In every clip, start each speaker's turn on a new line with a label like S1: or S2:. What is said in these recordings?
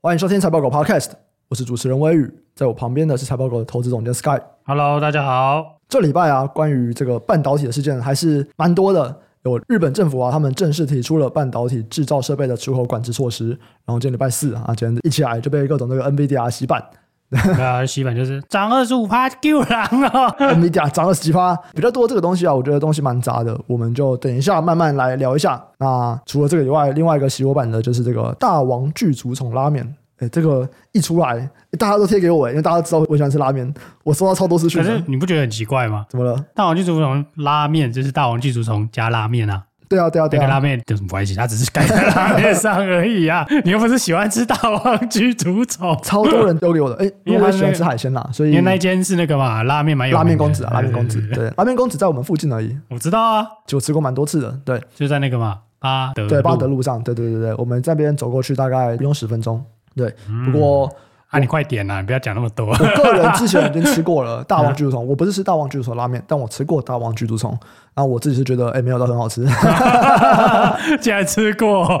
S1: 欢迎收听财报狗 Podcast，我是主持人微宇，在我旁边的是财报狗的投资总监 Sky。
S2: Hello，大 家好。
S1: 这礼拜啊，关于这个半导体的事件还是蛮多的。有日本政府啊，他们正式提出了半导体制造设备的出口管制措施。然后今天礼拜四啊，今天一起来就被各种这个 NVDR 洗版
S2: 啊，洗版就是涨二十五趴，Q 狼 哦。
S1: ，NVDR 涨二十几趴，比较多这个东西啊，我觉得东西蛮杂的，我们就等一下慢慢来聊一下。那除了这个以外，另外一个洗我版的就是这个大王巨足虫拉面。哎，这个一出来，诶大家都贴给我，诶因为大家都知道我喜欢吃拉面，我收到超多私讯
S2: 可
S1: 的
S2: 是。你不觉得很奇怪吗？
S1: 怎么了？
S2: 大王巨足虫拉面就是大王巨足虫加拉面啊，
S1: 对啊，对啊，对
S2: 那跟
S1: 啊
S2: 拉。面有什么关系？它只是盖在拉面上而 已啊。你又不是喜欢吃大王巨足虫，
S1: 超多人丢给我的。哎、 因
S2: 因为
S1: 为我也
S2: 他
S1: 喜欢
S2: 那个
S1: 吃海鲜啦，所以
S2: 因为那一间是那个嘛拉面蛮有
S1: 拉面
S2: 名的
S1: 公子 啊，拉面公子
S2: 对，对对
S1: 对，拉面公子在我们附近而已，
S2: 我知道啊，
S1: 就吃过蛮多次的。对
S2: 就在那个嘛巴德
S1: 对，巴
S2: 路
S1: 德路上，对对对对，我们这边走过去大概不用十分钟。对，不过
S2: 啊，你快点啦，你不要讲那么 多。
S1: 我个人之前已经吃过了大王巨足 虫，我不是吃大王巨足虫拉面，但我吃过大王巨足虫，然后我自己是觉得哎、没有到很好吃，
S2: 竟然吃过，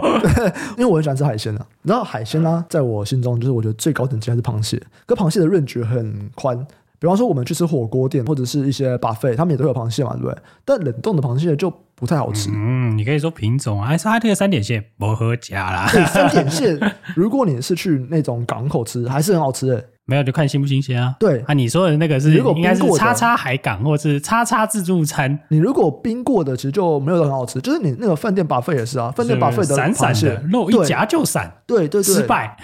S1: 因为我很喜欢吃海鲜啊。你知道海鲜啊，在我心中就是我觉得最高等级还是螃蟹，可螃蟹的润觉很宽。比方说我们去吃火锅店或者是一些 buffet，他们也都有螃蟹嘛，对不对？但冷冻的螃蟹就不太好吃。
S2: 嗯， 你可以说品种啊，还是它这个三点蟹不合家啦。
S1: 对三点蟹，如果你是去那种港口吃，还是很好吃的、
S2: 没有，就看新不新鲜啊。
S1: 对
S2: 啊，你说的那个是
S1: 如果
S2: 应该是
S1: 冰过的
S2: 叉叉海港或是叉叉自助餐，
S1: 你如果冰过的，其实就没有很好吃。就是你那个饭店 buffet 也是啊，饭店 buffet 的
S2: 闪
S1: 螃
S2: 闪
S1: 蟹
S2: 的，肉一夹就散，
S1: 对对对对
S2: 失。败。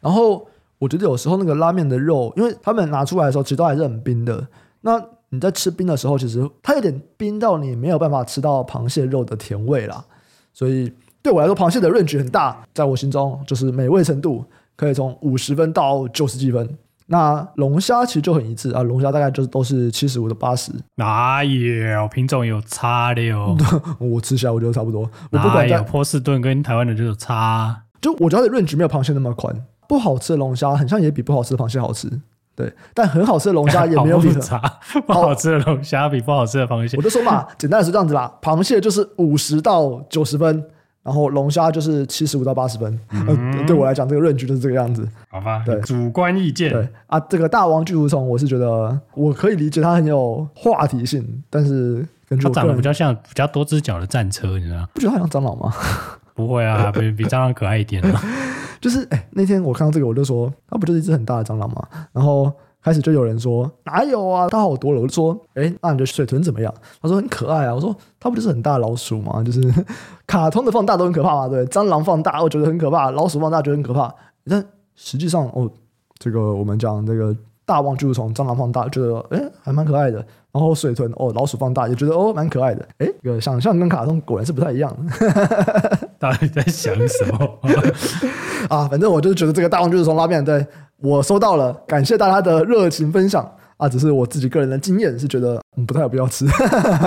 S1: 然后我觉得有时候那个拉面的肉，因为他们拿出来的时候，其实都还是很冰的。那你在吃冰的时候，其实它有点冰到你没有办法吃到螃蟹肉的甜味啦。所以对我来说，螃蟹的 range 很大，在我心中就是美味程度可以从五十分到九十几分。那龙虾其实就很一致啊，龙虾大概就是都是七十五到八十，
S2: 哪有品种有 差的哟？
S1: 我吃起来我觉得差不多。我不
S2: 哪
S1: 管
S2: 有
S1: 在，
S2: 波士顿跟台湾的就有差？
S1: 就我觉得它的 range 没有螃蟹那么宽，不好吃的龙虾很像也比不好吃的螃蟹好吃，对。但很好吃的龙虾也没 有比
S2: 好复杂，不好吃的龙虾比不好吃的螃蟹
S1: 我就说 嘛，简单的是这样子啦，螃蟹就是五十到九十分，然后龙虾就是七十五到八十分。
S2: 嗯
S1: 呃，对我来讲，这个论据就是这个样子。
S2: 好吧
S1: 对？
S2: 主观意见
S1: 对啊，这个大王巨足虫，我是觉得我可以理解它很有话题性，但是根据
S2: 它
S1: 我个
S2: 长得
S1: 人
S2: 比，较像比较多只脚的战车，你知道吗？
S1: 不觉得它像蟑螂吗？
S2: 不会啊， 比比蟑螂可爱一点啊。
S1: 就是哎、那天我看到这个，我就说，它不就是一只很大的蟑螂吗？然后。开始就有人说哪有啊，它好多了。我就说，哎、那你的水豚怎么样？他说很可爱啊。我说它不就是很大的老鼠吗？ 就是卡通的放大都很可怕嘛，对不对，蟑螂放大我觉得很可怕，老鼠放大觉得很可怕。但实际上，哦，这个我们讲这个大望巨虫，蟑螂放大觉得哎、诶还蛮可爱的，然后水豚哦老鼠放大也觉得哦蛮可爱的，哎、这个想象跟卡通果然是不太一样的。
S2: 到底在想什么？
S1: 啊，反正我就是觉得这个大王就是从拉面，对我收到了，感谢大家的热情分享啊。只是我自己个人的经验是觉得，嗯，不太有必要吃，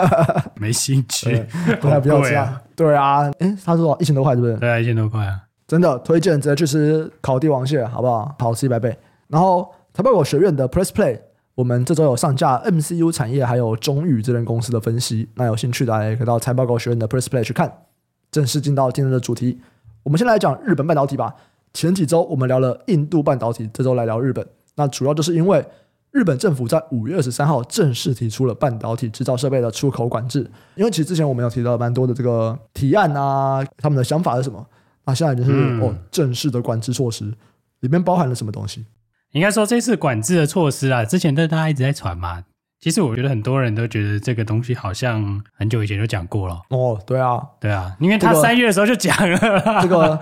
S2: 没兴趣
S1: 对，不太有必要吃
S2: 好贵
S1: 啊。对啊，诶，他说一千多块是不是？
S2: 对啊，一千多块啊。
S1: 真的推荐直接去吃烤帝王蟹，好不好？好吃一百倍。然后财报狗学院的 Press Play，我们这周有上架 MCU 产业还有中宇这间公司的分析，那有兴趣的来可以到财报狗学院的 Press Play 去看。正式进到今天的主题，我们先来讲日本半导体吧。前几周我们聊了印度半导体，这周来聊日本。那主要就是因为日本政府在五月二十三号正式提出了半导体制造设备的出口管制，因为其实之前我们有提到蛮多的这个提案啊，他们的想法是什么？啊，现在就是、
S2: 嗯
S1: 哦正式的管制措施，里面包含了什么东西？
S2: 应该说这次管制的措施啊，之前都大家一直在传嘛。其实我觉得很多人都觉得这个东西好像很久以前就讲过了，
S1: 哦，对啊，
S2: 对啊，因为他
S1: 这个
S2: 三月的时候就讲了 啦，
S1: 这个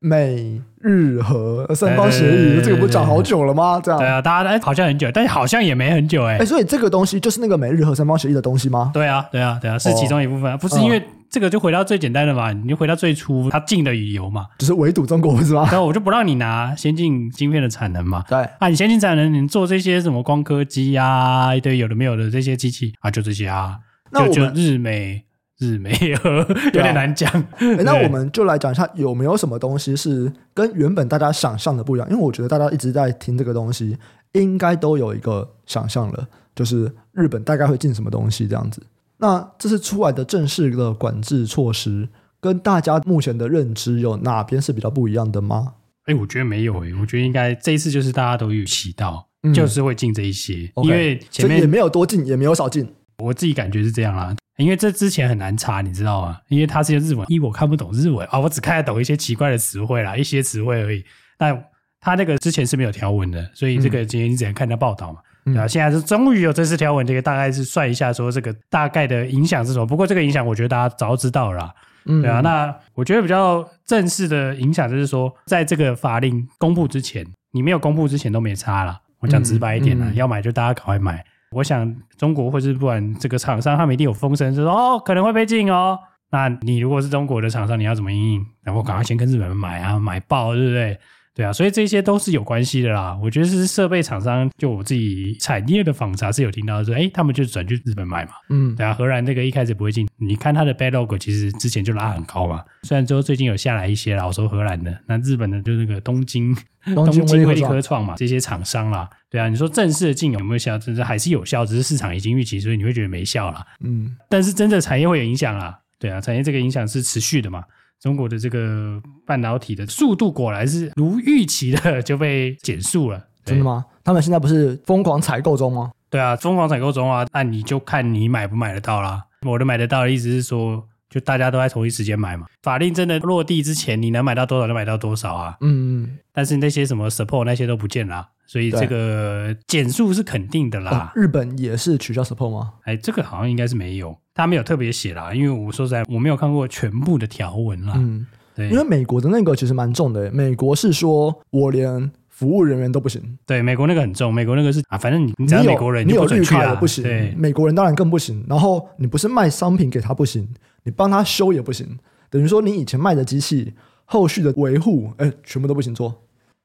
S1: 美日和三方协议，
S2: 对对对对对
S1: 这个不是讲好久了吗？这样，
S2: 对
S1: 哎、
S2: 啊，大家哎好像很久，但好像也没很久哎、
S1: 所以这个东西就是那个美日和三方协议的东西吗？
S2: 对啊，对啊，对啊，
S1: 哦
S2: 是其中一部分啊，不是
S1: 嗯
S2: 因为这个就回到最简单的嘛，你就回到最初他禁的理由嘛，
S1: 就是围堵中国不是吗？
S2: 然后我就不让你拿先进晶片的产能嘛。
S1: 对，
S2: 啊，你先进产能，你做这些什么光刻机啊，一堆有的没有的这些机器啊，就这些啊，
S1: 那
S2: 就
S1: 我
S2: 就
S1: 们、
S2: 日美日美 和有点难讲。
S1: 哎那
S2: 对
S1: 我们就来讲一下有没有什么东西是跟原本大家想象的不一样，因为我觉得大家一直在听这个东西，应该都有一个想象了，就是日本大概会进什么东西这样子。那这次出来的正式的管制措施，跟大家目前的认知有哪边是比较不一样的吗？
S2: 哎，我觉得没有诶、我觉得应该这一次就是大家都预期到，
S1: 嗯
S2: 就是会进这一些，
S1: OK
S2: 因为前
S1: 所以也
S2: 面
S1: 没有多进，也没有少进。
S2: 我自己感觉是这样啦。因为这之前很难查，你知道吗？因为它是日文，一我看不懂日文啊，我只看得懂一些奇怪的词汇啦，一些词汇而已。但它那个之前是没有条文的，所以这个今天你只能看到报道嘛。
S1: 嗯
S2: 对啊，现在是终于有这次条文，这个大概是算一下说这个大概的影响是什么。不过这个影响，我觉得大家早知道了啦。
S1: 嗯
S2: 对啊，那我觉得比较正式的影响就是说，在这个法令公布之前，你没有公布之前都没差啦。我讲直白一点啦，
S1: 嗯嗯
S2: 要买就大家赶快买。我想中国或是不管这个厂商，他们一定有风声，就说哦可能会被禁哦。那你如果是中国的厂商，你要怎么应应？然后赶快先跟日本人买啊，买爆，对不对？对啊，所以这些都是有关系的啦。我觉得是设备厂商，就我自己产业的访查是有听到说，哎，他们就转去日本买嘛。
S1: 嗯
S2: 对啊，荷兰这个一开始不会进，你看它的 backlog 其实之前就拉很高嘛，虽然之后最近有下来一些啦，我说荷兰的，那日本的就那个东京
S1: 东京威力
S2: 威
S1: 科
S2: 力
S1: 创
S2: 科创嘛，这些厂商啦，对啊，你说正式的进有没有效？真是还是有效，只是市场已经预期，所以你会觉得没效啦。
S1: 嗯
S2: 但是真的产业会有影响啊，对啊，产业这个影响是持续的嘛。中国的这个半导体的速度果然是如预期的 就被减速了，对
S1: 真的吗？他们现在不是疯狂采购中吗？
S2: 对啊，疯狂采购中啊，那你就看你买不买得到啦。我的买得到的意思是说，就大家都在同一时间买嘛。法令真的落地之前，你能买到多少就买到多少啊。
S1: 嗯
S2: 但是那些什么 support 那些都不见啦，所以
S1: 对
S2: 这个减速是肯定的
S1: 嗯、哦。
S2: 啦
S1: 日本也是取消 support 吗？
S2: 哎，这个好像应该是没有，他没有特别写啦，因为我说实在，我没有看过全部的条文啦。
S1: 嗯，
S2: 对，
S1: 因为美国的那个其实蛮重的耶，美国是说我连服务人员都不行，
S2: 对美国那个很重，美国那个是啊，反正你你只要
S1: 你有
S2: 美国人
S1: 你
S2: 就
S1: 有
S2: 不准
S1: 绿
S2: 去
S1: 卡
S2: 啦，
S1: 也不
S2: 对
S1: 行，，美国人当然更不行。然后你不是卖商品给他不行，你帮他修也不行，等于说你以前卖的机器后续的维护，哎、全部都不行做。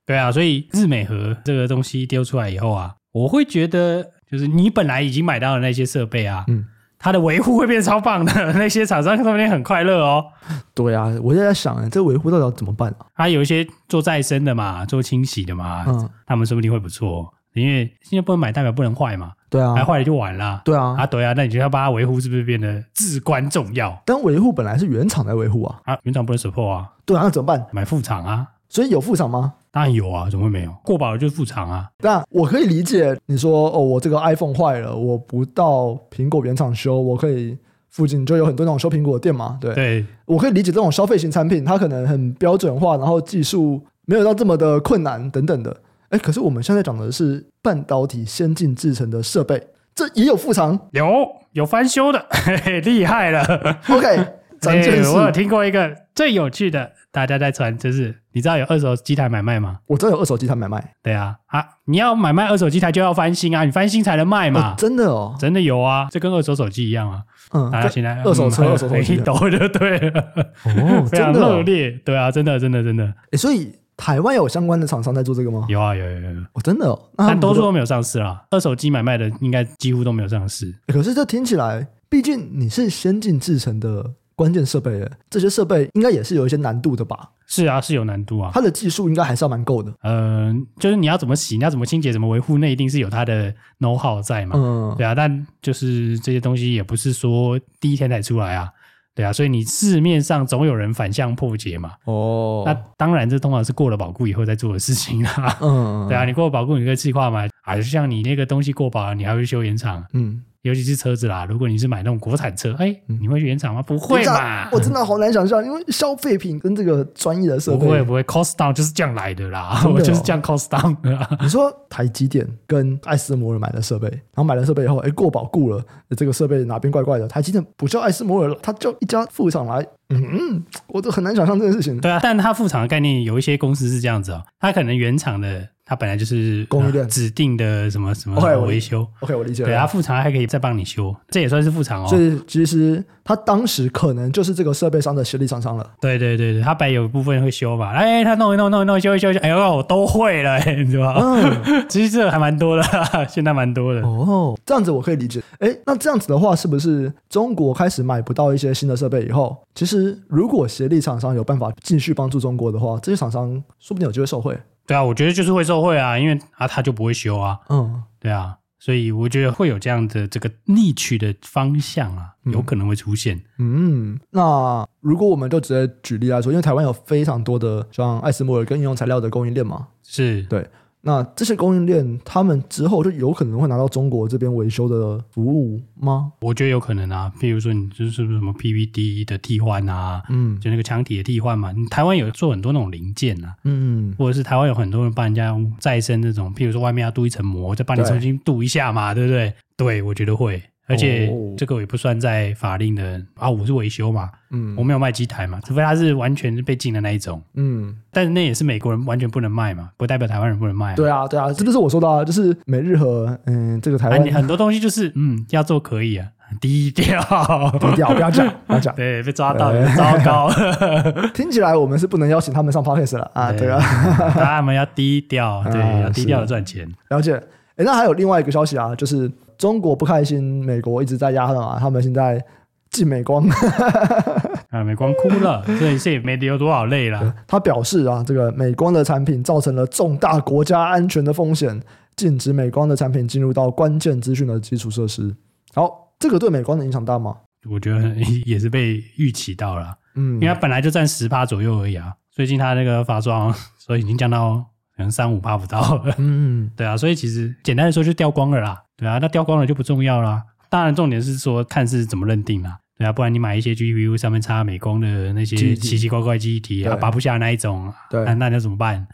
S2: 对啊，所以日美和这个东西丢出来以后啊，我会觉得就是你本来已经买到的那些设备啊，
S1: 嗯
S2: 它的维护会变超棒的， 那些厂商他们也很快乐哦。
S1: 对啊，我现在在想，哎这维护到底要怎么办啊？
S2: 还有一些做再生的嘛，做清洗的嘛，
S1: 嗯，
S2: 他们说不定会不错，哦因为现在不能买代表不能坏嘛，
S1: 对
S2: 还
S1: 啊，
S2: 坏了就完了。
S1: 对啊。
S2: 啊，对啊，那你就要把它维护，是不是变得至关重要
S1: 但维护本来是原厂在维护啊，
S2: 啊？原厂不能 support 啊，
S1: 对啊，那怎么办？
S2: 买副厂啊，
S1: 所以有副厂吗？
S2: 当然有啊，怎么会没有？过保的就是副厂啊，
S1: 那我可以理解你说哦，我这个 iPhone 坏了，我不到苹果原厂修，我可以附近就有很多那种修苹果的店嘛，对，
S2: 对，
S1: 我可以理解这种消费型产品，它可能很标准化，然后技术没有到这么的困难等等的。哎，可是我们现在讲的是半导体先进制成的设备，这也有副 厂
S2: 有有翻修的， 嘿嘿，厉害了。
S1: ，OK，咱这
S2: 哎
S1: 件
S2: 我有
S1: 事，
S2: 听过一个最有趣的，大家在传，就是你知道有二手机台买卖吗？
S1: 我真的有二手机台买卖
S2: 对啊，啊，你要买卖二手机台就要翻新啊，你翻新才能卖嘛。
S1: 哦真的哦，
S2: 真的有啊，这跟二手手机一样啊！
S1: 嗯，
S2: 大家现在
S1: 二手车
S2: 嗯
S1: 二手手机
S2: 一抖就 对了，
S1: 哦，
S2: 非
S1: 真
S2: 常
S1: 的
S2: 热
S1: 哦，
S2: 烈。对啊，真的，真的，真的
S1: 哎，所以台湾有相关的厂商在做这个吗？
S2: 有啊，有有有有，
S1: 哦，真的哦，那他
S2: 但
S1: 们
S2: 多
S1: 不
S2: 数
S1: 是
S2: 都没有上市啦。二手机买卖的应该几乎都没有上市。
S1: 欸可是这听起来，毕竟你是先进制成的关键设备耶，这些设备应该也是有一些难度的吧？
S2: 是啊，是有难度啊。
S1: 它的技术应该还是要蛮够的。
S2: 呃，就是你要怎么洗，你要怎么清洁，怎么维护，那一定是有它的 know how 在嘛。
S1: 嗯，
S2: 对啊，但就是这些东西也不是说第一天才出来啊，对啊，所以你市面上总有人反向破解嘛。
S1: 哦
S2: 那当然，这通常是过了保固以后再做的事 情啦。
S1: 嗯，
S2: 对啊，，你过了保固，你可以计划嘛。啊，就像你那个东西过保了，你还会去修原厂，
S1: 嗯，
S2: 尤其是车子啦。如果你是买那种国产车，哎、
S1: 嗯
S2: 你会去原厂吗？不会
S1: 这
S2: 嘛
S1: 样，我真的好难想象，因为消费品跟这个专业的设
S2: 不
S1: 备，
S2: 会不会，cost down 就是这样来的啦，
S1: 真的哦
S2: 我就是这样 cost down 的啦。
S1: 你说台积电跟爱斯摩尔买了设备，然后买了设备以后，哎，过保固了，这个设备哪边怪怪的？台积电不叫爱斯摩尔了，它叫一家副厂来。嗯，我都很难想象这件事情。
S2: 对啊，但它副厂的概念有一些公司是这样子哦，它可能原厂的它本来就是
S1: 供应链
S2: 呃指定的什么什么
S1: OK，我
S2: 维修，
S1: OK，我理解了。
S2: 对啊，副厂还可以再帮你修，这也算是副厂
S1: 所
S2: 哦。
S1: 以其实他当时可能就是这个设备商的协力厂商了。
S2: 对对对对，他本来有一部分会修嘛，哎，他弄一弄弄一弄修一修，修哎呦，我都会了， 哎，你知道吗？
S1: 嗯，
S2: 其实这个还蛮多的， 哈哈现在蛮多的。
S1: 哦，这样子我可以理解。哎，那这样子的话，是不是中国开始买不到一些新的设备以后，其实如果协力厂商有办法继续帮助中国的话，这些厂商说不定有机会受惠。
S2: 对啊，我觉得就是会受贿啊，因为啊他就不会修啊，
S1: 嗯，
S2: 对啊，所以我觉得会有这样的这个逆取的方向啊，有可能会出现。
S1: 嗯，那如果我们就直接举例来说，因为台湾有非常多的像艾斯摩尔跟应用材料的供应链嘛，
S2: 是，
S1: 那这些供应链他们之后就有可能会拿到中国这边维修的服务吗？
S2: 我觉得有可能啊。譬如说，你就是什么 PVD 的替换啊，
S1: 嗯
S2: 就那个墙体的替换嘛。你台湾有做很多那种零件啊，
S1: 嗯，
S2: 或者是台湾有很多人帮人家用再生那种，譬如说外面要镀一层膜，再帮你
S1: 对
S2: 重新镀一下嘛，对不对？对，我觉得会。而且
S1: 哦
S2: 这个也不算在法令的啊，我是维修嘛，
S1: 嗯
S2: 我没有卖机台嘛，除非它是完全是被禁的那一种，
S1: 嗯，
S2: 但是那也是美国人完全不能卖嘛，不代表台湾人不能卖、啊。
S1: 对啊对啊，这就是我说的、啊，就是美日和嗯这个台
S2: 啊，
S1: 湾
S2: 你很多东西就是嗯，要做可以啊，低调，，
S1: 低调，不要讲 不要讲
S2: 对，被抓到很糟糕，
S1: 听起来我们是不能邀请他们上 podcast 了啊，对啊。，
S2: 他们要低调，对，
S1: 啊
S2: 要低调的赚钱，
S1: 了解。诶，那还有另外一个消息啊，就是中国不开心，美国一直在压他们啊，他们现在禁美光。
S2: 啊，美光哭了，这一次也没流多少泪啦。
S1: 他表示啊，这个美光的产品造成了重大国家安全的风险，禁止美光的产品进入到关键资讯的基础设施。好，这个对美光的影响大吗？
S2: 我觉得 也是被预期到了，
S1: 嗯
S2: 因为它本来就占十趴左右而已啊。最近它那个发装， 所以已经降到可能三五趴不到了。
S1: 嗯，
S2: 对啊，所以其实简单的说就掉光了啦。对啊，那掉光了就不重要啦。当然，重点是说看是怎么认定啦。对啊，不然你买一些 GPU 上面插美工的那些
S1: 记忆体
S2: 奇奇怪怪记忆体啊，
S1: 对
S2: 拔不下那一种，
S1: 对
S2: 那那你要怎么办？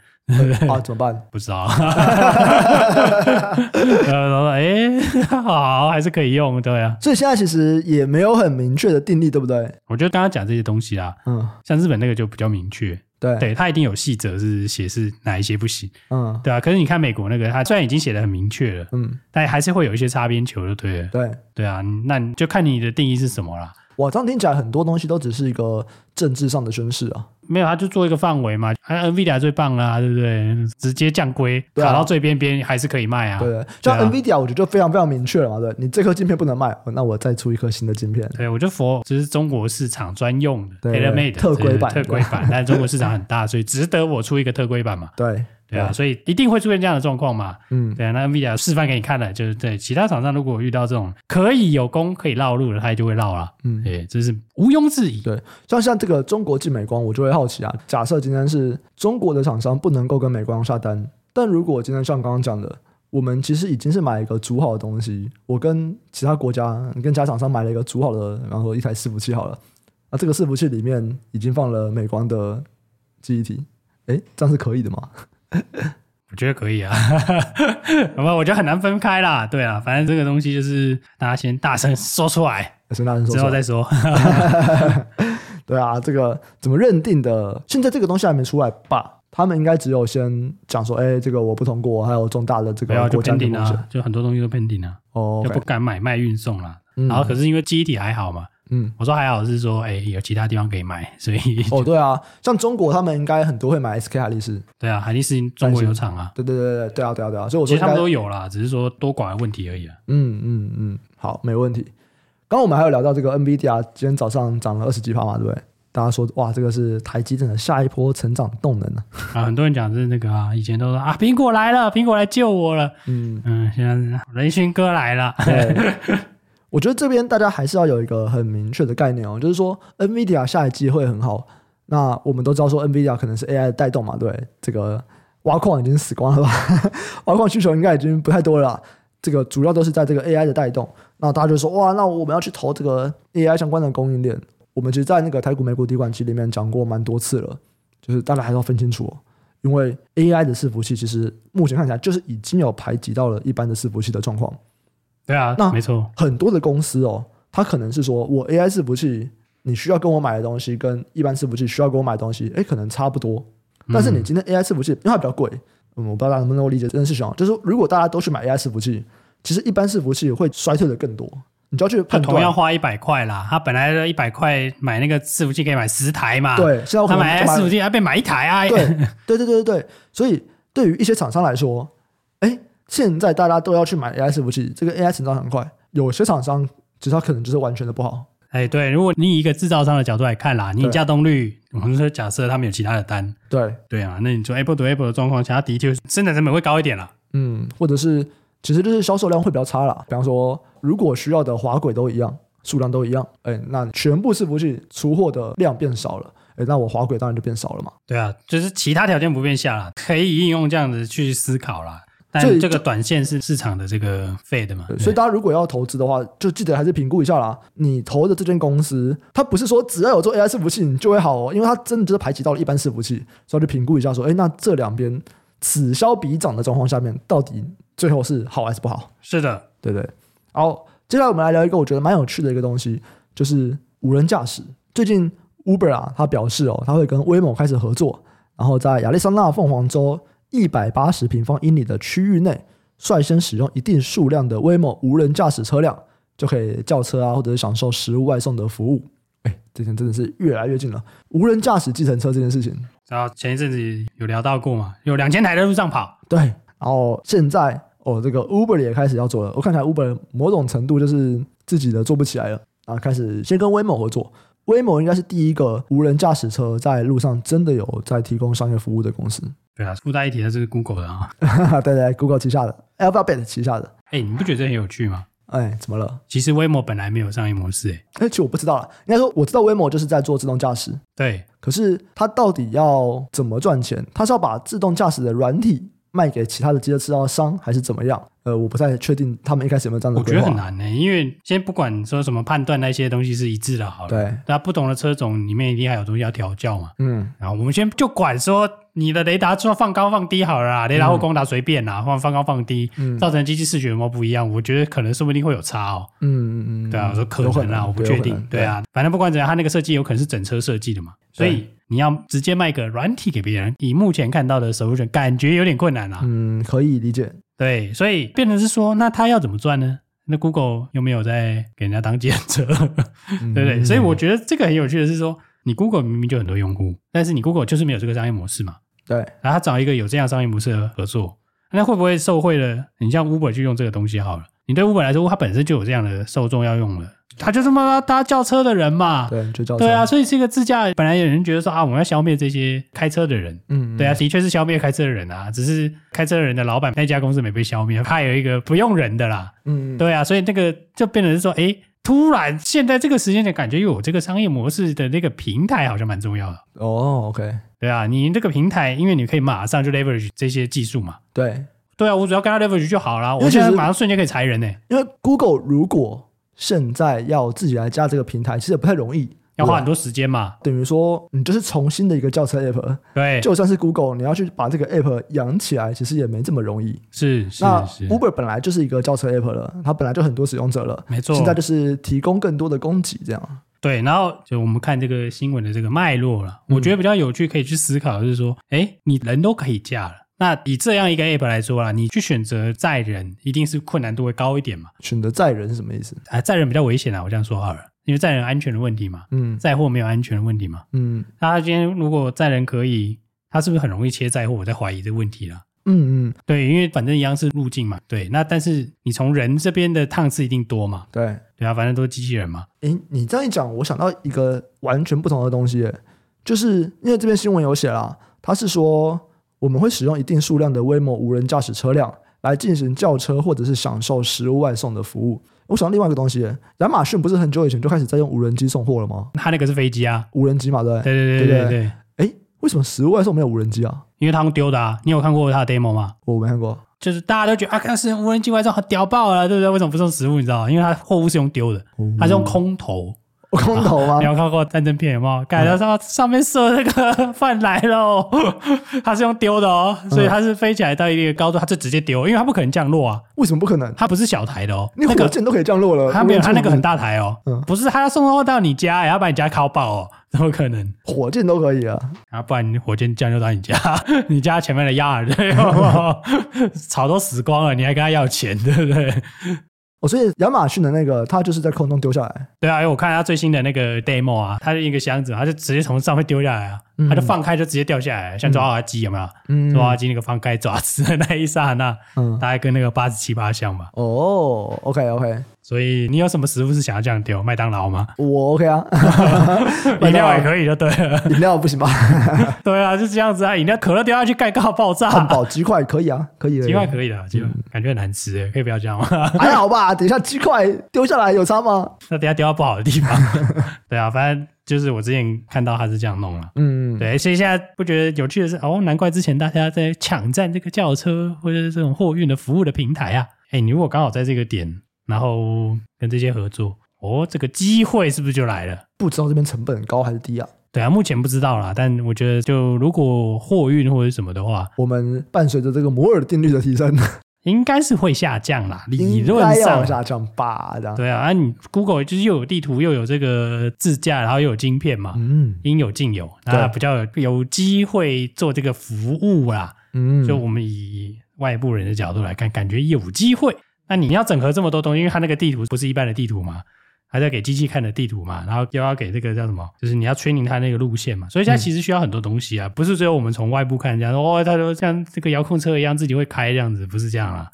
S1: 啊，怎么办？
S2: 不知 道。 呃，然后哎， 好，还是可以用，对啊。
S1: 所以现在其实也没有很明确的定义，对不对？
S2: 我觉得刚刚讲这些东西啊，
S1: 嗯，
S2: 像日本那个就比较明确，
S1: 对，
S2: 对，它一定有细则是写是哪一些不行，
S1: 嗯
S2: 对啊。可是你看美国那个，它虽然已经写的很明确了，
S1: 嗯，
S2: 但还是会有一些擦边球，就对了。
S1: 对。
S2: 对啊，那你就看你的定义是什么啦。
S1: 哇，这样听起来很多东西都只是一个政治上的宣示啊。
S2: 没有，他就做一个范围嘛。啊，NVIDIA 最棒啦、对不对？直接降规，
S1: 对啊
S2: 卡到最边边还是可以卖啊。
S1: 对，像
S2: 对啊
S1: NVIDIA 我觉得就非常非常明确了嘛，对，你这颗晶片不能卖，那我再出一颗新的晶片。
S2: 对，我就佛，这是中国市场专用的
S1: 对
S2: t a i l o r m a d e
S1: 特规版
S2: 特规版。但中国市场很大，所以值得我出一个特规版嘛？
S1: 对，
S2: 对啊，所以一定会出现这样的状况嘛？
S1: 嗯，
S2: 对啊，那 NVIDIA 示范给你看了，就是对其他厂商如果遇到这种可以有功可以绕路的，他也就会绕了。
S1: 嗯
S2: 对，这是毋庸置疑。
S1: 对像像这个中国进美光，我就会好奇啊，假设今天是中国的厂商不能够跟美光下单，但如果今天像刚刚讲的。我们其实已经是买一个煮好的东西，我跟其他国家，你跟其他厂商买了一个煮好的，然后一台伺服器好了，那这个伺服器里面已经放了美光的记忆体，诶，这样是可以的吗？
S2: 我觉得可以啊， 好吧，我觉得很难分开啦。对啊，反正这个东西就是大家先大声说出来，
S1: 孙大人说
S2: 之
S1: 说
S2: 后再说。
S1: 对啊，这个怎么认定的？现在这个东西还没出来吧？他们应该只有先讲说，哎、这个我不通过，还有重大的这
S2: 没有
S1: 个
S2: 就
S1: 国家的
S2: pending
S1: 风险。
S2: 啊，就很多东西都 pending 啊，
S1: 哦
S2: 就
S1: OK，
S2: 不敢买卖运送啦。
S1: 嗯
S2: 然后可是因为记忆体还好嘛，
S1: 嗯，
S2: 我说还好是说，哎，有其他地方可以买，所以
S1: 哦，对啊，像中国他们应该很多会买 SK 海力士，
S2: 对啊，海力士中国有厂啊，
S1: 对对对对对啊对啊对啊，所以我
S2: 其
S1: 说
S2: 实
S1: 应
S2: 他
S1: 该
S2: 们都有啦，只是说多寡的问题而已啊。
S1: 嗯嗯嗯，好，没问题。刚刚我们还有聊到这个 NVIDIA 今天早上涨了二十几趴嘛，对不对？大家说哇，这个是台积电的下一波成长动能啊。
S2: 啊，很多人讲是那个啊，以前都说啊，苹果来了，苹果来救我了，
S1: 嗯，
S2: 嗯，现在是人勋哥来了，
S1: 对，我觉得这边大家还是要有一个很明确的概念哦，就是说 NVIDIA 下一季会很好。那我们都知道说 NVIDIA 可能是 AI 的带动嘛，对，这个挖矿已经死光了吧？ 挖矿需求应该已经不太多了啦。这个主要都是在这个 AI 的带动，那大家就说哇，那我们要去投这个 AI 相关的供应链。我们其实，在那个台股美股低管期里面讲过蛮多次了，就是大家还是要分清楚、哦，因为 AI 的伺服器其实目前看起来就是已经有排挤到了一般的伺服器的状况。
S2: 对啊
S1: 那，
S2: 没错，
S1: 很多的公司哦，它可能是说我 AI 伺服器，你需要跟我买的东西跟一般伺服器需要跟我买的东西，哎，可能差不多。但是你今天 AI 伺服器，因为它比较贵，嗯，我不知道大家能不能够理解这件事情哦。就是如果大家都去买 AI 伺服器，其实一般伺服器会衰退的更多。你就要去
S2: 他
S1: 判
S2: 同样
S1: 断，
S2: 花一百块啦，他本来一百块买那个伺服器可以买十台嘛，，
S1: 对，现在我可
S2: 他
S1: 能
S2: 买
S1: 就
S2: 伺服器还被买一台啊，
S1: 对，对对对对对，所以对于一些厂商来说，哎，现在大家都要去买 AI 伺服器，这个 AI 成长很快，有些厂商其实它可能就是完全的不好，
S2: 哎，对，如果你以一个制造商的角度来看啦，你
S1: 对
S2: 加动率，我们说假设他们有其他的单，
S1: 对，
S2: 对啊，那你说 Apple to Apple 的状况下，它的确生产成本会高一点啦。
S1: 嗯，或者是其实就是销售量会比较差啦。比方说，如果需要的滑轨都一样，数量都一样，哎，那全部伺服器出货的量变少了，哎，那我滑轨当然就变少了嘛。
S2: 对啊，就是其他条件不变下啦，可以应用这样子去思考啦。
S1: 所
S2: 但
S1: 以
S2: 这个短线是市场的这个费的嘛，
S1: 对
S2: 对
S1: 所以大家如果要投资的话，就记得还是评估一下啦。你投的这间公司，它不是说只要有做 AI 伺服器你就会好哦，因为它真的就是排挤到了一般伺服器，所以就评估一下说，哎，那这两边此消彼长的状况下面，到底最后是好还是不好？
S2: 是的，
S1: 对不对？好，接下来我们来聊一个我觉得蛮有趣的一个东西，就是无人驾驶。最近 Uber 啊，它表示哦，它会跟威猛开始合作，然后在亚利桑那凤凰州一百八十平方英里的区域内，率先使用一定数量的威猛无人驾驶车辆，就可以叫车啊，或者是享受食物外送的服务。哎，这件真的是越来越近了。无人驾驶计程车这件事情，
S2: 然后前一阵子有聊到过嘛，有两千台在路上跑，
S1: 对，然后现在哦，这个 Uber 也开始要做了。我看起来 Uber 某种程度就是自己的做不起来了啊，开始先跟 Waymo 合作。Waymo 应该是第一个无人驾驶车在路上真的有在提供商业服务的公司，
S2: 对啊，附带一提的是 Google 的啊。
S1: 对对，Google 旗下的，Alphabet 旗下的。
S2: 哎，你不觉得这很有趣吗？
S1: 哎，怎么了？
S2: 其实 Waymo 本来没有商业模式，哎，
S1: 哎，其实我不知道了。应该说我知道 Waymo 就是在做自动驾驶，
S2: 对，
S1: 可是它到底要怎么赚钱？它是要把自动驾驶的软体卖给其他的机车制造商，还是怎么样？呃，我不太确定他们一开始有没有这样的
S2: 我觉
S1: 规
S2: 得
S1: 划。
S2: 很难呢，因为先不管说什么判断那些东西是一致的，好了，
S1: 对，
S2: 那不同的车种里面一定还有东西要调教嘛。
S1: 嗯，
S2: 然后我们先就管说你的雷达说放高放低好了啦，雷达或光达随便啦，放放高放低，造成机器视觉有没有不一样？我觉得可能说不定会有差哦。
S1: 嗯嗯嗯，
S2: 对啊，我说可
S1: 有
S2: 能啦，我不确
S1: 有可
S2: 定
S1: 能。
S2: 对啊，反正不管怎样，它那个设计有可能是整车设计的嘛，所以你要直接卖个软体给别人，以目前看到的 solution，感觉有点困难啦。啊
S1: 嗯，可以理解。
S2: 对，所以变成是说，那他要怎么赚呢？那 Google 又没有在给人家当兼 车，对不对？
S1: 嗯
S2: 所以我觉得这个很有趣的是说，你 Google 明明就很多用户，但是你 Google 就是没有这个商业模式嘛。
S1: 对，
S2: 然后他找一个有这样商业模式的合作，那会不会受贿了？你像 Uber 去用这个东西好了，你对 Uber 来说，它本身就有这样的受众要用了，他就这么搭轿车的人嘛。
S1: 对，就叫
S2: 对啊，，所以这个自驾本来有人觉得说啊，我们要消灭这些开车的人，
S1: 嗯，
S2: 对啊，，的确是消灭开车的人啊，只是开车的人的老板那家公司没被消灭，他有一个不用人的啦，
S1: 嗯，
S2: 对啊，所以那个就变成是说，哎，突然现在这个时间点，感觉有这个商业模式的那个平台好像蛮重要的，
S1: 哦，OK，
S2: 对啊，你这个平台，因为你可以马上就 leverage 这些技术嘛，
S1: 对，
S2: 对啊，我只要跟他 leverage 就好啦，
S1: 因为
S2: 我
S1: 其
S2: 现
S1: 实
S2: 在马上瞬间可以裁人呢、
S1: 因为 Google 如果现在要自己来加这个平台，其实也不太容易，
S2: 要花很
S1: 多。
S2: 多时间嘛，
S1: 等于说，你就是重新的一个轿车 app，
S2: 对，
S1: 啊就算是 Google，你要去把这个 app 养起来，其实也没这么容易。
S2: 是是
S1: 那
S2: 是，
S1: Uber 本来就是一个轿车 app 了，它本来就很多使用者了，
S2: 没错，
S1: 现在就是提供更多的供给，这样。
S2: 对，然后就我们看这个新闻的这个脉络了，
S1: 嗯
S2: 我觉得比较有趣，可以去思考，就是说，哎，你人都可以嫁了，那以这样一个 app 来说啦，啊你去选择载人，一定是困难度会高一点嘛？
S1: 选择载人是什么意思？
S2: 啊，载人比较危险啊，我这样说好了，因为载人有安全的问题嘛，
S1: 嗯
S2: 载货没有安全的问题嘛。
S1: 嗯
S2: 那他今天如果载人可以，他是不是很容易切载货？我在怀疑这个问题了。
S1: 嗯嗯，
S2: 对，因为反正一样是路径嘛，对，那但是你从人这边的趟次一定多嘛，
S1: 对。
S2: 对啊，反正都是机器人嘛，
S1: 诶，你这样一讲，我想到一个完全不同的东西耶，就是因为这篇新闻有写啦，它是说我们会使用一定数量的威某无人驾驶车辆来进行叫车或者是享受食物外送的服务。我想到另外一个东西耶，亚马逊不是很久以前就开始在用无人机送货了吗？
S2: 他那个是飞机啊，
S1: 无人机嘛，对不对？
S2: 对对
S1: 对
S2: 对
S1: 对
S2: 对对对，
S1: 诶，为什么食物外送没有无人机啊？
S2: 因为他们丢的啊，你有看过他的 demo 吗？
S1: 我没看过。
S2: 就是大家都觉得啊，看是无人机外送屌爆啊了，对不对？为什么不送食物？你知道吗？因为它货物是用丢的，它是用空投。
S1: 我空投吗
S2: 你？啊有看过战争片有没有？感觉到上面射那个饭来了哦， 它是用丢的哦，所以它是飞起来到一个高度，它就直接丢，因为它不可能降落啊，
S1: 为什么不可能？
S2: 它不是小台的哦，
S1: 你
S2: 那
S1: 火
S2: 个
S1: 箭都可以降落了，
S2: 它没有，
S1: 无人机
S2: 它那个很大台哦
S1: 嗯，
S2: 不是它要送货到你家，也要把你家烤爆哦，怎么可能？
S1: 火箭都可以啊。
S2: 啊，不然你火箭降就到你家， 你家前面的鸭儿 对哦，草都死光了，你还跟他要钱，对不对？
S1: 哦，所以亚马逊的那个，它就是在空中丢下来。
S2: 对啊，因为我看他最新的那个 demo 啊，它是一个箱子，它就直接从上面丢下来啊，
S1: 嗯
S2: 它就放开就直接掉下来，像抓娃娃机有没有？
S1: 嗯
S2: 抓娃娃机啊那个放开爪子的那一刹那，
S1: 嗯
S2: 大概跟那个八十七八像吧。
S1: 哦，OK OK，
S2: 所以你有什么食物是想要这样丢？麦当劳吗？
S1: 我 OK 啊，
S2: 饮料也可以就对了。
S1: 饮料不行吧？
S2: 对啊，就这样子啊，饮料可乐丢下去盖盖爆炸。
S1: 汉堡鸡嗯块可以啊，可以的，
S2: 鸡块可以的，鸡块感觉很难吃欸耶，可以不要这样吗？
S1: 还好吧？等一下鸡块丢下来有差吗？
S2: 那等下丢到不好的 地方。对啊，反正就是我之前看到他是这样弄了。啊
S1: 嗯，
S2: 对，所以现在不觉得有趣的是，哦，难怪之前大家在抢占这个轿车或者是这种货运的服务的平台啊。哎，你如果刚好在这个点，然后跟这些合作，哦，这个机会是不是就来了？
S1: 不知道这边成本高还是低啊？
S2: 对啊，目前不知道啦，但我觉得就如果货运或者什么的话，
S1: 我们伴随着这个摩尔定律的提升，
S2: 应该是会下降啦， 理
S1: 应该
S2: 论
S1: 要
S2: 上
S1: 往。下降吧？这样，
S2: 对啊，啊，你 Google 就是又有地图，又有这个自驾，然后又有晶片嘛，
S1: 嗯
S2: 应有尽有，那比较有有机会做这个服务啦。
S1: 嗯，
S2: 就我们以外部人的角度来看，感觉有机会。那你要整合这么多东西，因为它那个地图不是一般的地图嘛，还在给机器看的地图嘛，然后又要给这个叫什么，就是你要 training 它那个路线嘛，所以它其实需要很多东西啊，不是只有我们从外部看人家说哦，它就像这个遥控车一样自己会开这样子，不是这样啦、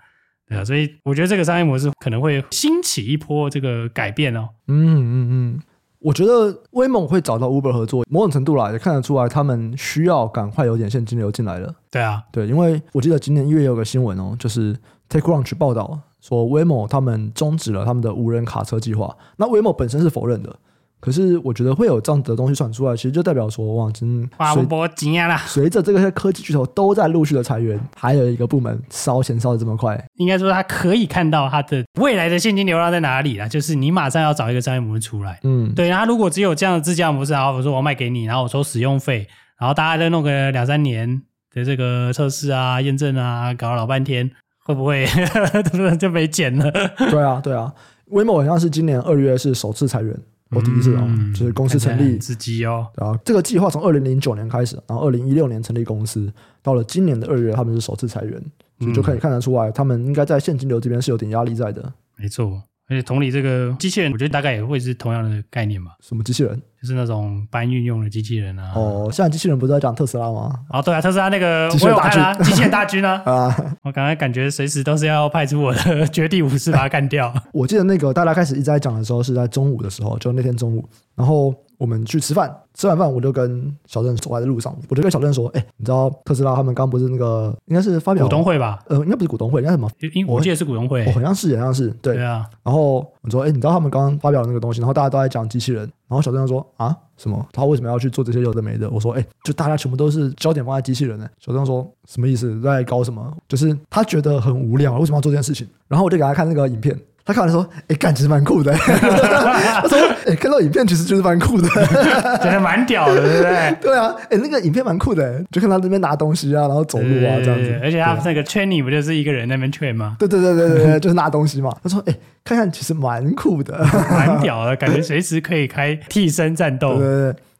S2: 对啊，所以我觉得这个商业模式可能会兴起一波这个改变哦。
S1: 嗯嗯嗯，我觉得威猛会找到 Uber 合作，某种程度啦也看得出来，他们需要赶快有点现金流进来了。
S2: 对啊，
S1: 对，因为我记得今年一月有个新闻哦，就是 TechCrunch 报道说 Waymo 他们终止了他们的无人卡车计划。那 Waymo 本身是否认的，可是我觉得会有这样子的东西传出来，其实就代表说，哇，真
S2: 花不
S1: 随
S2: 波及啊啦，
S1: 随着这些科技巨头都在陆续的裁员，还有一个部门烧钱烧的这么快，
S2: 应该说它可以看到它的未来的现金流量在哪里啦，就是你马上要找一个商业模式出来。
S1: 嗯，
S2: 对，然后如果只有这样的自驾模式，然后我说我卖给你，然后我收使用费，然后大家再弄个两三年的这个测试啊、验证啊，搞了老半天，会不会 就没钱了？
S1: 对啊，对啊，Waymo 好像是今年二月是首次裁员，我第一次哦，
S2: 嗯
S1: 就是公司成
S2: 看起来
S1: 立
S2: 很刺激哦。
S1: 然后啊这个计划从二零零九年开始，然后二零一六年成立公司，到了今年的二月，他们是首次裁员，
S2: 嗯
S1: 所以就可以看得出来，他们应该在现金流这边是有点压力在的。
S2: 没错，而且同理，这个机器人，我觉得大概也会是同样的概念吧，
S1: 什么机器人？
S2: 就是那种搬运用的机器人啊。
S1: 哦，现在机器人不是在讲特斯拉吗？
S2: 哦，对啊，特斯拉那个
S1: 机器
S2: 我
S1: 人
S2: 有
S1: 大
S2: 看啊，机器人大军啊，
S1: 啊，
S2: 我刚才感觉随时都是要派出我的 绝地武士把它干掉。
S1: 我记得那个大家开始一直在讲的时候是在中午的时候，就那天中午，然后我们去吃饭，吃完饭我就跟小郑走在路上，我就跟小郑说：“哎、你知道特斯拉他们刚不是那个应该是发表
S2: 股东会吧，
S1: 呃，应该不是股东会，应该什么？
S2: 因为我记得是股东会
S1: 哦，。好像是，好像是对
S2: 对。啊，
S1: 然后我说：“哎、你知道他们刚刚发表的那个东西，然后大家都在讲机器人。”然后小郑就说：“啊，什么？他为什么要去做这些有的没的？”我说：“哎、就大家全部都是焦点放在机器人呢、小郑说：“什么意思？在搞什么？就是他觉得很无聊，为什么要做这件事情？”然后我就给他看那个影片。他看完说：“哎、干，其实蛮酷的、 他说：“哎、看到影片其实就是蛮酷的、
S2: 真的蛮屌的，对不对？
S1: 对啊，哎、那个影片蛮酷的、就看他那边拿东西啊，然后走路 啊，这样
S2: 对对对
S1: 子。
S2: 而且他那个劝你不就是一个人在那边 劝吗？
S1: 对对对对对对，就是拿东西嘛。他说：“哎、看看其实蛮酷的。”
S2: 蛮屌的，感觉随时可以开替身战
S1: 对
S2: 斗。
S1: 对对。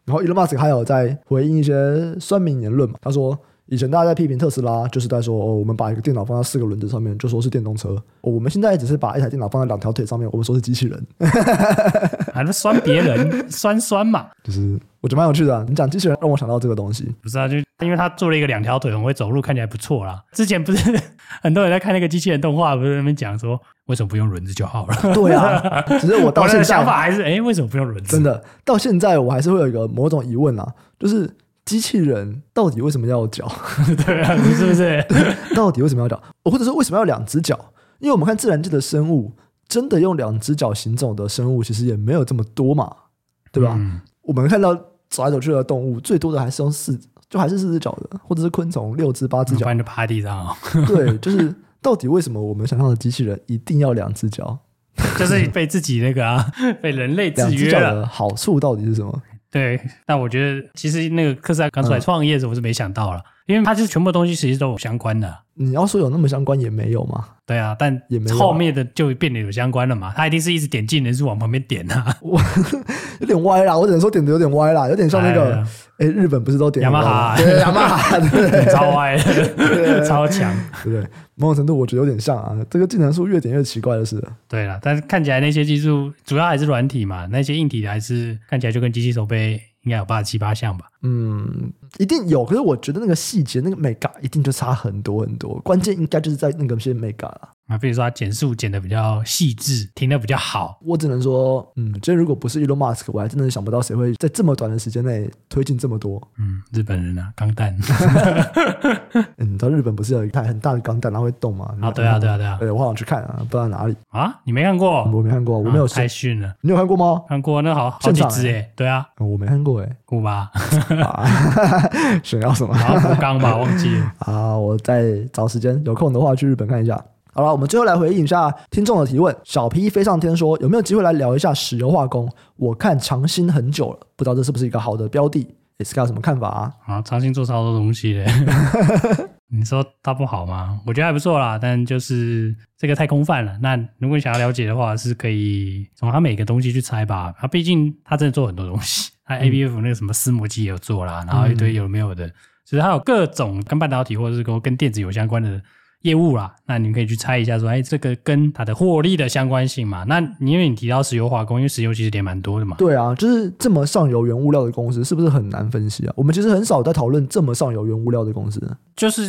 S1: 然后 Elon Musk 还有在回应一些酸民言论嘛，他说以前大家在批评特斯拉，就是在说哦，我们把一个电脑放在四个轮子上面，就说是电动车；哦我们现在只是把一台电脑放在两条腿上面，我们说是机器人。
S2: 还是啊酸别人， 酸酸嘛，
S1: 就是我觉得蛮有趣的啊、你讲机器人让我想到这个东西，
S2: 不是啊？就因为他做了一个两条腿很会走路，看起来不错啦。之前不是很多人在看那个机器人动画，不是在那边讲说为什么不用轮子就好了？
S1: 对啊。只是我到
S2: 我
S1: 现
S2: 的
S1: 在
S2: 想法还是哎，为什么不用轮 子？
S1: 真的到现在我还是会有一个某种疑问啊，就是机器人到底为什么要有脚？
S2: 对啊，是不是？
S1: 到底为什么要脚？或者是为什么要两只脚？因为我们看自然界的生物，真的用两只脚行走的生物其实也没有这么多嘛， 对吧？
S2: 嗯
S1: 我们看到走来走去的动物，最多的还是用四，就还是四只脚的，或者是昆虫六只八只
S2: 不
S1: 脚。
S2: 然就趴地上哦，
S1: 对，就是到底为什么我们想象的机器人一定要两只脚？
S2: 就是被自己那个啊， 被人类
S1: 两
S2: 制
S1: 只
S2: 约
S1: 脚
S2: 了。
S1: 的好处到底是什么？
S2: 对，但我觉得其实那个特斯拉刚出来
S1: 嗯
S2: 创业的时候，我是没想到了，因为它就是全部东西其实都有相关的。
S1: 你要说有那么相关也没有嘛。
S2: 对啊，但
S1: 也没有啊
S2: 后面的就变得有相关了嘛，它一定是一直点技能是往旁边点啊，
S1: 有点歪啦，我只能说点的有点歪啦，有点像那
S2: 哎
S1: 个
S2: 呀，
S1: 哎，日本不是都点
S2: 雅马哈
S1: 对雅马哈，对对
S2: 哎超歪的，超强。
S1: 对不对？某种程度我觉得有点像啊，这个技能树越点越奇怪的是，
S2: 对了，但是看起来那些技术主要还是软体嘛，那些硬体的还是看起来就跟机器手背应该有八七八项吧。
S1: 嗯，一定有，可是我觉得那个细节、那个美感一定就差很多很多。关键应该就是在那个些美感了。
S2: 啊，比如说他减速减的比较细致，停的比较好，
S1: 我只能说，嗯，今天如果不是 Elon Musk，我还真的想不到谁会在这么短的时间内推进这么多。
S2: 嗯，日本人啊，钢弹
S1: 嗯，你知道日本不是有一台很大的钢弹，它会动吗？
S2: 啊，对啊，对啊，对啊，
S1: 对，我好想去看啊，不知道哪里，
S2: 啊，你没看过？
S1: 我没看过，我没有
S2: 啊
S1: 看，
S2: 太逊了，
S1: 你有看过吗？
S2: 看过那好好
S1: 现
S2: 几
S1: 场
S2: 只
S1: 欸
S2: 诶、对啊，
S1: 嗯我没看 过哎、
S2: 古吧，
S1: 欸，啊 想要什么？
S2: 好像福冈吧，忘记了，
S1: 啊，我再找时间，有空的话去日本看一下。好了，我们最后来回应一下听众的提问。小 P 飞上天说，有没有机会来聊一下石油化工？我看长兴很久了，不知道这是不是一个好的标的？SK 有什么看法啊？
S2: 啊，长兴做超多东西的、你说它不好吗？我觉得还不错啦，但就是这个太空泛了。那如果你想要了解的话，是可以从它每个东西去猜吧。它毕竟它真的做很多东西，它 ABF 那个什么丝膜机也有做啦，然后一堆有没有的，其实它有各种跟半导体或者是跟跟电子有相关的业务啦。那你们可以去猜一下说，哎，这个跟它的获利的相关性嘛？那你因为你提到石油化工，因为石油其实也蛮多的嘛。
S1: 对啊，就是这么上游原物料的公司，是不是很难分析啊？我们其实很少在讨论这么上游原物料的公司。
S2: 就是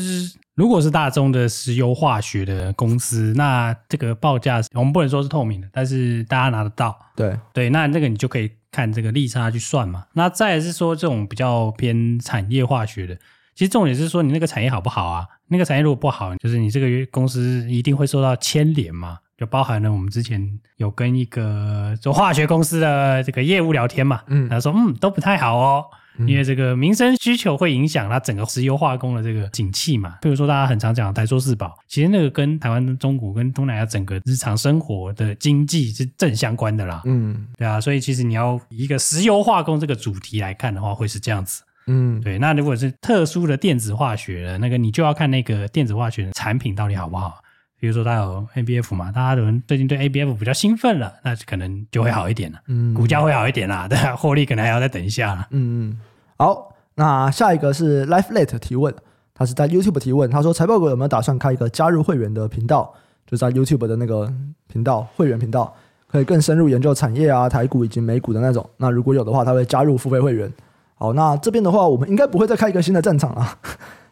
S2: 如果是大众的石油化学的公司，那这个报价我们不能说是透明的，但是大家拿得到。
S1: 对，
S2: 对，那那个你就可以看这个利差去算嘛。那再来是说这种比较偏产业化学的，其实重点是说你那个产业好不好啊？那个产业如果不好，就是你这个公司一定会受到牵连嘛，就包含了我们之前有跟一个做化学公司的这个业务聊天嘛，
S1: 嗯
S2: 他说嗯都不太好哦。
S1: 嗯
S2: 因为这个民生需求会影响它整个石油化工的这个景气嘛，比如说大家很常讲的台塑四宝，其实那个跟台湾、中国跟东南亚整个日常生活的经济是正相关的啦。
S1: 嗯
S2: 对啊，所以其实你要以一个石油化工这个主题来看的话，会是这样子。
S1: 嗯，
S2: 对，那如果是特殊的电子化学的那个，你就要看那个电子化学的产品到底好不好。比如说它有 ABF 嘛，大家可能最近对 ABF 比较兴奋了，那可能就会好一点了，
S1: 嗯
S2: 股价会好一点啦，对啊， 获利可能还要再等一下啊啦。
S1: 嗯，好，那下一个是 Life Late 提问，他是在 YouTube 提问，他说财报狗有没有打算开一个加入会员的频道，就在 YouTube 的那个频道会员频道，可以更深入研究产业啊、台股以及美股的那种。那如果有的话，他会加入付费会员。好，那这边的话，我们应该不会再开一个新的战场啊。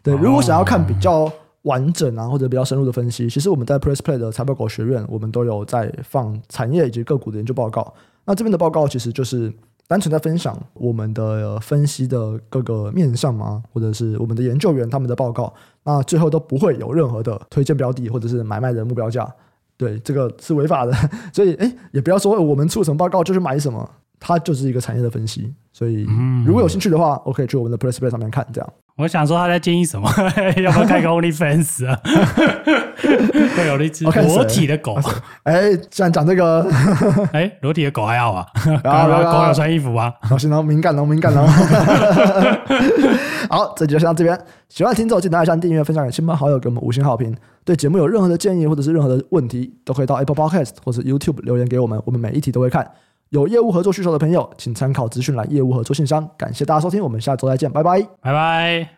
S1: 对，如果想要看比较完整啊，或者比较深入的分析，其实我们在 Press Play 的财报狗学啊院，我们都有在放产业以及个股的研究报告。那这边的报告其实就是单纯在分享我们的呃分析的各个面向嘛，或者是我们的研究员他们的报告，那最后都不会有任何的推荐标的或者是买卖的目标价。对，这个是违法的， 所以哎，也不要说我们出什么报告就去买什么，它就是一个产业的分析。所以
S2: 嗯
S1: 如果有兴趣的话，我可以去我们的 Press Play 上面看。这样，
S2: 我想说他在建议什么， 要不要开个 OnlyFans 啊？ 会有一只
S1: 哦我看谁啊
S2: 裸体的 狗，
S1: 哎，既然讲这个，
S2: 哎、裸体的狗还好啊，
S1: 然后然后
S2: 狗有穿衣服啊。
S1: 老行哦，敏感哦，敏感哦。 好，这集就先到这边。喜欢的听众记得按下订阅、分享给亲朋好友，给我们五星好评。对节目有任何的建议或者是任何的问题，都可以到 Apple Podcast 或是 YouTube 留言给我们，我们每一题都会看。有业务合作需求的朋友，请参考资讯栏业务合作信箱。感谢大家收听，我们下周再见，拜拜。
S2: 拜拜。